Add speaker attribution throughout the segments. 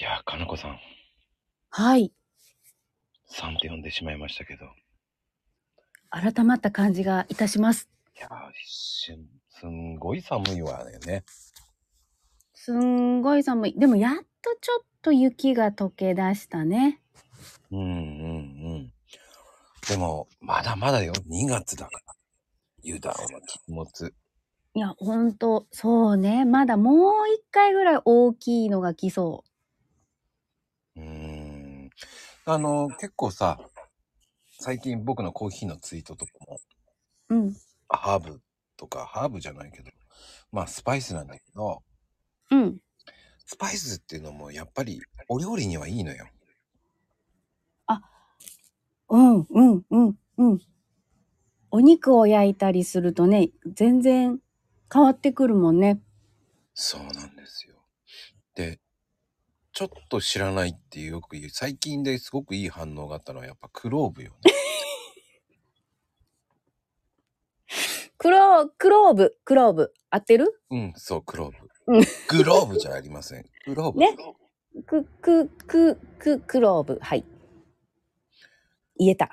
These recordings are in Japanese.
Speaker 1: いやー、かなこさん、
Speaker 2: はい。
Speaker 1: さんって呼んでしまいましたけど、い
Speaker 2: 改まった感じがいたします。
Speaker 1: やー、しんすんごい寒いわね。
Speaker 2: すんごい寒い。でもやっとちょっと雪が溶け出したね。
Speaker 1: うんうんうん。でも、まだまだよ、2月だから。油断は持つ。
Speaker 2: いや、ほんと、そうね。まだもう一回ぐらい大きいのが来そう
Speaker 1: ーん。あの、結構さ、最近僕のコーヒーのツイートとかも、
Speaker 2: う。うん。
Speaker 1: ハーブとか、ハーブじゃないけど、まあスパイスなんだけど、
Speaker 2: うん。
Speaker 1: スパイスっていうのもやっぱりお料理にはいいのよ。
Speaker 2: うん、うん、うん、うん。お肉を焼いたりするとね、全然変わってくるもんね。
Speaker 1: そうなんですよ。で、ちょっと知らないってよく言う、最近ですごくいい反応があったのはやっぱクローブよ ね。
Speaker 2: クロ、クローブ、クローブ。合ってる
Speaker 1: うん、そう、クロー
Speaker 2: うん
Speaker 1: ブ。グローブじゃありません。クローブ。
Speaker 2: ねく、く、く、く、クローブ。はい。言えた。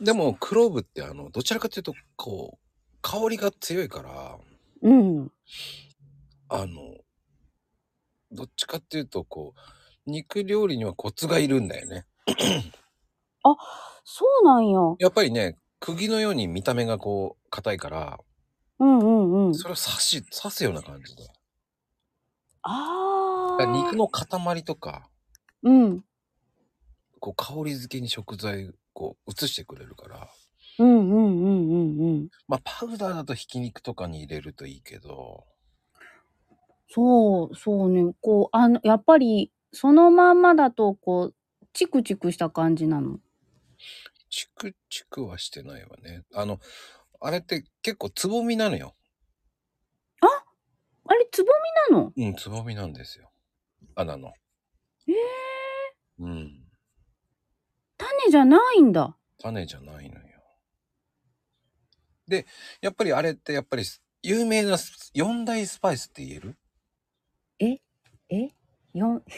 Speaker 1: でも、クローブってあの、どちらかというと、こう、香りが強いから、
Speaker 2: うん。
Speaker 1: あの、どっちかっていうと、こう、肉料理にはコツがいるんだよね。
Speaker 2: そうなんや。
Speaker 1: やっぱりね、釘のように見た目がこう、硬いから、
Speaker 2: うんうんうん。
Speaker 1: それを刺し、刺すような感じで。
Speaker 2: あ
Speaker 1: だから肉
Speaker 2: あ。
Speaker 1: の塊とか、
Speaker 2: うん
Speaker 1: こう、香り付けに食材、こう、移してくれるから、
Speaker 2: うんうんうんうんうん。
Speaker 1: まあ、パウダーだとひき肉とかに入れるといいけど、
Speaker 2: そうそうね。こう、あの、やっぱり、そのまんまだと、こう、チクチクした感じなの。
Speaker 1: チクチクはしてないわね。あの、あれって結構つぼみなのよ。
Speaker 2: あれ、つぼみなの
Speaker 1: うん、つぼみなんですよ。穴の。
Speaker 2: えー、
Speaker 1: うん。
Speaker 2: 種じゃないんだ。
Speaker 1: 種じゃないのよ。で、やっぱりあれってやっぱり有名なス四大スパイスって言える
Speaker 2: え四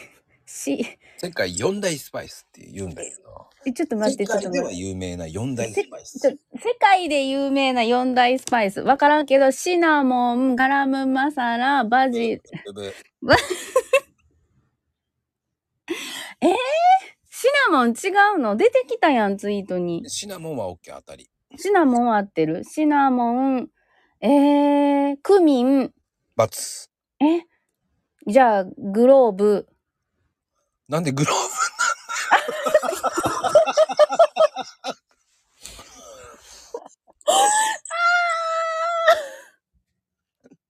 Speaker 2: し、
Speaker 1: 世界四大スパイスって言うんだけど、
Speaker 2: えちょっと待って、
Speaker 1: 世
Speaker 2: ちょっ
Speaker 1: 界
Speaker 2: と
Speaker 1: では
Speaker 2: 待って。
Speaker 1: 有名な四大スパイス
Speaker 2: ち。ょ世界で有名な四大スパイス。わからんけど、シナモン、ガラムマサラ、バジ、
Speaker 1: ブブ
Speaker 2: シナモン違うの出てきたやん、ツイートに。
Speaker 1: シナモンは OK 当たり。
Speaker 2: シナモンは合ってるシナモン、えー、クミン、
Speaker 1: バツ。
Speaker 2: え、じゃあ、グローブ。
Speaker 1: なんでグローブなんだよ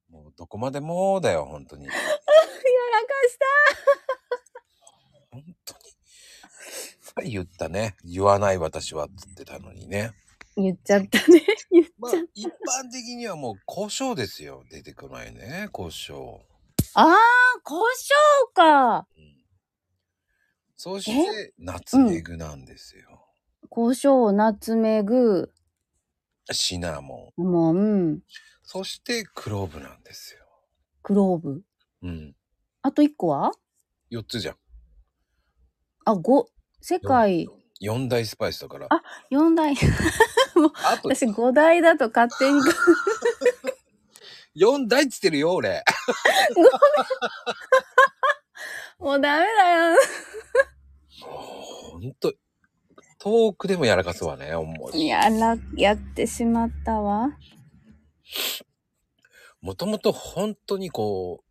Speaker 1: もうどこまでもだよ、本当に。
Speaker 2: やらかした。
Speaker 1: 本当に。はい言ったね。言わない私はって言ってたのにね。
Speaker 2: 言っちゃったね。 言っ
Speaker 1: まあ
Speaker 2: ちゃっ、
Speaker 1: 一般的にはもう交渉ですよ。出てこないね、交渉。
Speaker 2: た。あー、胡椒か。
Speaker 1: うん、そして、ナツメグなんですよ。
Speaker 2: 胡椒、ナツメグ、
Speaker 1: シナモン。
Speaker 2: モン、
Speaker 1: そして、クローブなんですよ。
Speaker 2: グローブ。
Speaker 1: うん。
Speaker 2: あと一個は
Speaker 1: 4つじゃん。
Speaker 2: あ、五。世界
Speaker 1: 4大スパイスだから。
Speaker 2: あ四大。
Speaker 1: あと、
Speaker 2: 私五大だと勝手に。
Speaker 1: 4大っつってるよ、俺。
Speaker 2: もうダメだよ。
Speaker 1: ほんと、遠くでもやらかすわね、思
Speaker 2: い
Speaker 1: い。
Speaker 2: やら、やってしまったわ。
Speaker 1: もともと本当にこう、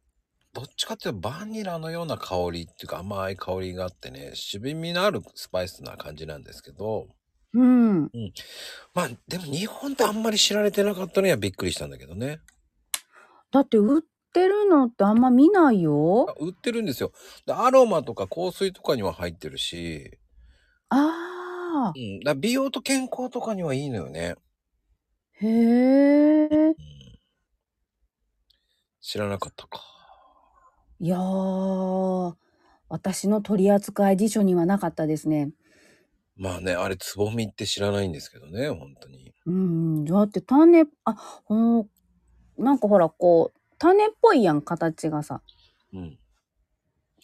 Speaker 1: どっちかっていうとバニラのような香りっていうか甘い香りがあってね、渋みのあるスパイスな感じなんですけど、
Speaker 2: うん。
Speaker 1: まあでも日本ってあんまり知られてなかったのにはびっくりしたんだけどね。
Speaker 2: だって売ってるのってあんま見ないよ
Speaker 1: あ。売ってるんですよ。でアロマとか香水とかには入ってるし、
Speaker 2: ああ
Speaker 1: う。ん、だから美容と健康とかにはいいのよね。
Speaker 2: へえ。
Speaker 1: うん知らなかったか。
Speaker 2: いやー、私の取扱い辞書にはなかったですね。
Speaker 1: まあね、あれ、つぼみって知らないんですけどね、本当に。
Speaker 2: うん。だって種、あ、ほん、なんかほら、こう、種っぽいやん、形がさ。
Speaker 1: うん。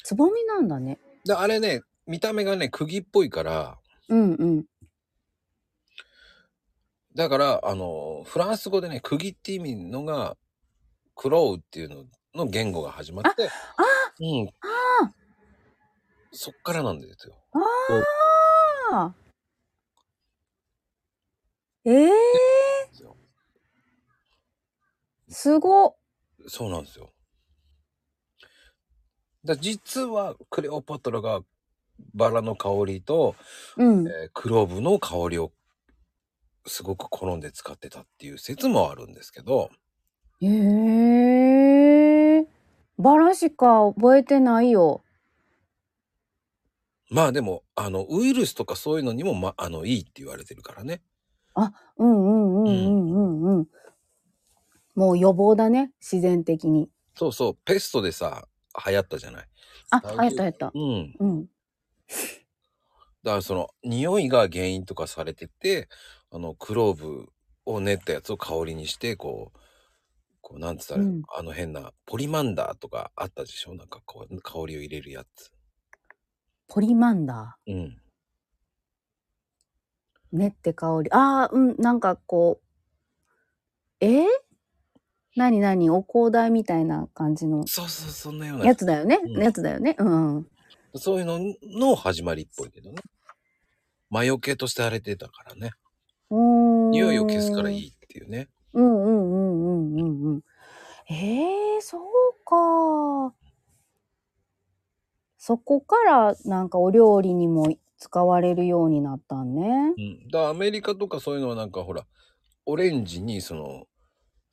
Speaker 2: つぼみなんだね。
Speaker 1: で、あれね、見た目がね、釘っぽいから、
Speaker 2: うんうん。
Speaker 1: だから、あの、フランス語でね、釘って意味のが、クロウっていうのの言語が始まって、うん。
Speaker 2: あ
Speaker 1: そっからなんですよ。
Speaker 2: あああええー、すごっ。
Speaker 1: そうなんですよ。だ実は、クレオパトラがバラの香りと、
Speaker 2: うん。
Speaker 1: えークローブの香りをすごく好んで使ってたっていう説もあるんですけど、
Speaker 2: ええー、バラしか覚えてないよ。
Speaker 1: まあでも、あの、ウイルスとかそういうのにも、ま、あの、いいって言われてるからね。
Speaker 2: うんうんうんうんうんうん。もう予防だね、自然的に。
Speaker 1: そうそう、ペストでさ、流行ったじゃない。大
Speaker 2: あ、
Speaker 1: 丈夫
Speaker 2: あやったあやった
Speaker 1: う。ん。
Speaker 2: うん。
Speaker 1: だからその、匂いが原因とかされてて、あの、クローブを練ったやつを香りにして、こう、こう、なんつったら、
Speaker 2: うん
Speaker 1: あの変な、ポリマンダーとかあったでしょなんかこう、香りを入れるやつ。
Speaker 2: ポリマンダ
Speaker 1: うん。
Speaker 2: ー。ねって香り。ああ、うん、なんかこう。えー、なになにお香台みたいな感じの
Speaker 1: そうそう、そんなような
Speaker 2: やつだよね。
Speaker 1: うん
Speaker 2: やつだよね。うんうん。
Speaker 1: そういうのの始まりっぽいけどね。魔除けとして荒れてたからね。
Speaker 2: おー
Speaker 1: 匂いを消すからいいっていうね。
Speaker 2: うんうんうんうんうんうん。ええそうか。そこからなんかお料理にも使われるようになったんね
Speaker 1: う。ん。だからアメリカとかそういうのはなんかほら、オレンジにその、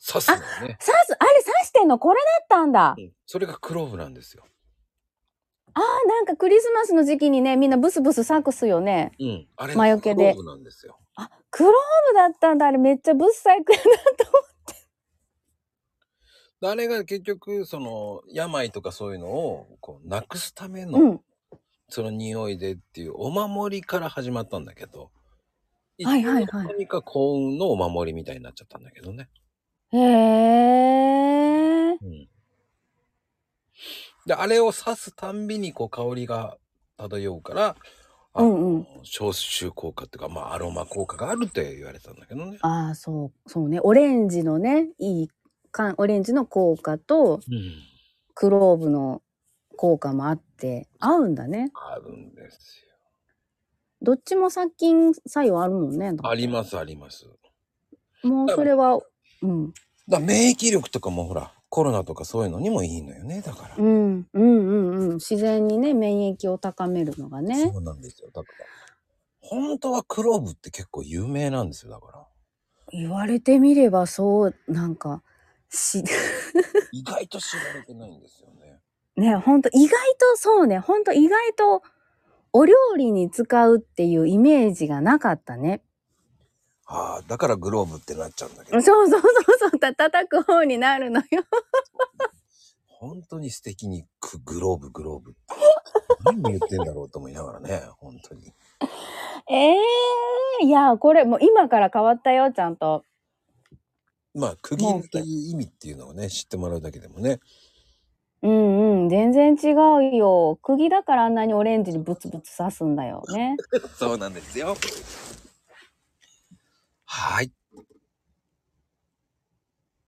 Speaker 1: 刺すのよね。
Speaker 2: 刺す、あれ刺してんのこれだったんだ
Speaker 1: う。んそれがクローブなんですよ。
Speaker 2: ああ、なんかクリスマスの時期にね、みんなブスブス刺すよね。
Speaker 1: うん。あれ
Speaker 2: 魔除けで
Speaker 1: クローブなんですよ。
Speaker 2: あ、クローブだったんだ。あれめっちゃブスサイクだと思
Speaker 1: あれが結局、その、病とかそういうのを、こう、なくすための、
Speaker 2: うん
Speaker 1: その匂いでっていうお守りから始まったんだけど。
Speaker 2: はいはいはい
Speaker 1: 何か幸運のお守りみたいになっちゃったんだけどね。
Speaker 2: う。へえ。
Speaker 1: うん。で、あれを刺すたんびに、こう、香りが漂うから、あ
Speaker 2: うんうん
Speaker 1: 消臭効果っていうか、まあ、アロマ効果があるって言われてたんだけどね。
Speaker 2: ああ、そう、そうね。オレンジのね、いいかん、オレンジの効果と、
Speaker 1: うん。
Speaker 2: クローブの効果もあって合うんだね
Speaker 1: あるんですよ。
Speaker 2: どっちも殺菌作用あるもんね
Speaker 1: あります、あります。
Speaker 2: もうそれはうん、
Speaker 1: だから免疫力とかもほら、コロナとかそういうのにもいいのよね、だから。
Speaker 2: うん、うんうんうん自然にね免疫を高めるのがね
Speaker 1: そうなんですよ。だから、本当はクローブって結構有名なんですよ、だから。
Speaker 2: 言われてみればそうなんかし
Speaker 1: 意外と知られてないんですよね。
Speaker 2: ねほんと意外とそうねほんと意外とお料理に使うっていうイメージがなかったね。
Speaker 1: ああ、だからグローブってなっちゃうんだけ
Speaker 2: そ
Speaker 1: ど
Speaker 2: う、そうそうそう、 た叩く方になるのよ。
Speaker 1: 本当に素敵にくグローブ、グローブって。何言ってんだろうと思いながらね、本当に。
Speaker 2: ええー、いや、これもう今から変わったよ、ちゃんと。
Speaker 1: まあ、釘という意味っていうのをね、知ってもらうだけでもね。
Speaker 2: うんうん、全然違うよ。釘だからあんなにオレンジにブツブツ刺すんだよね。
Speaker 1: そうなんですよ。はい。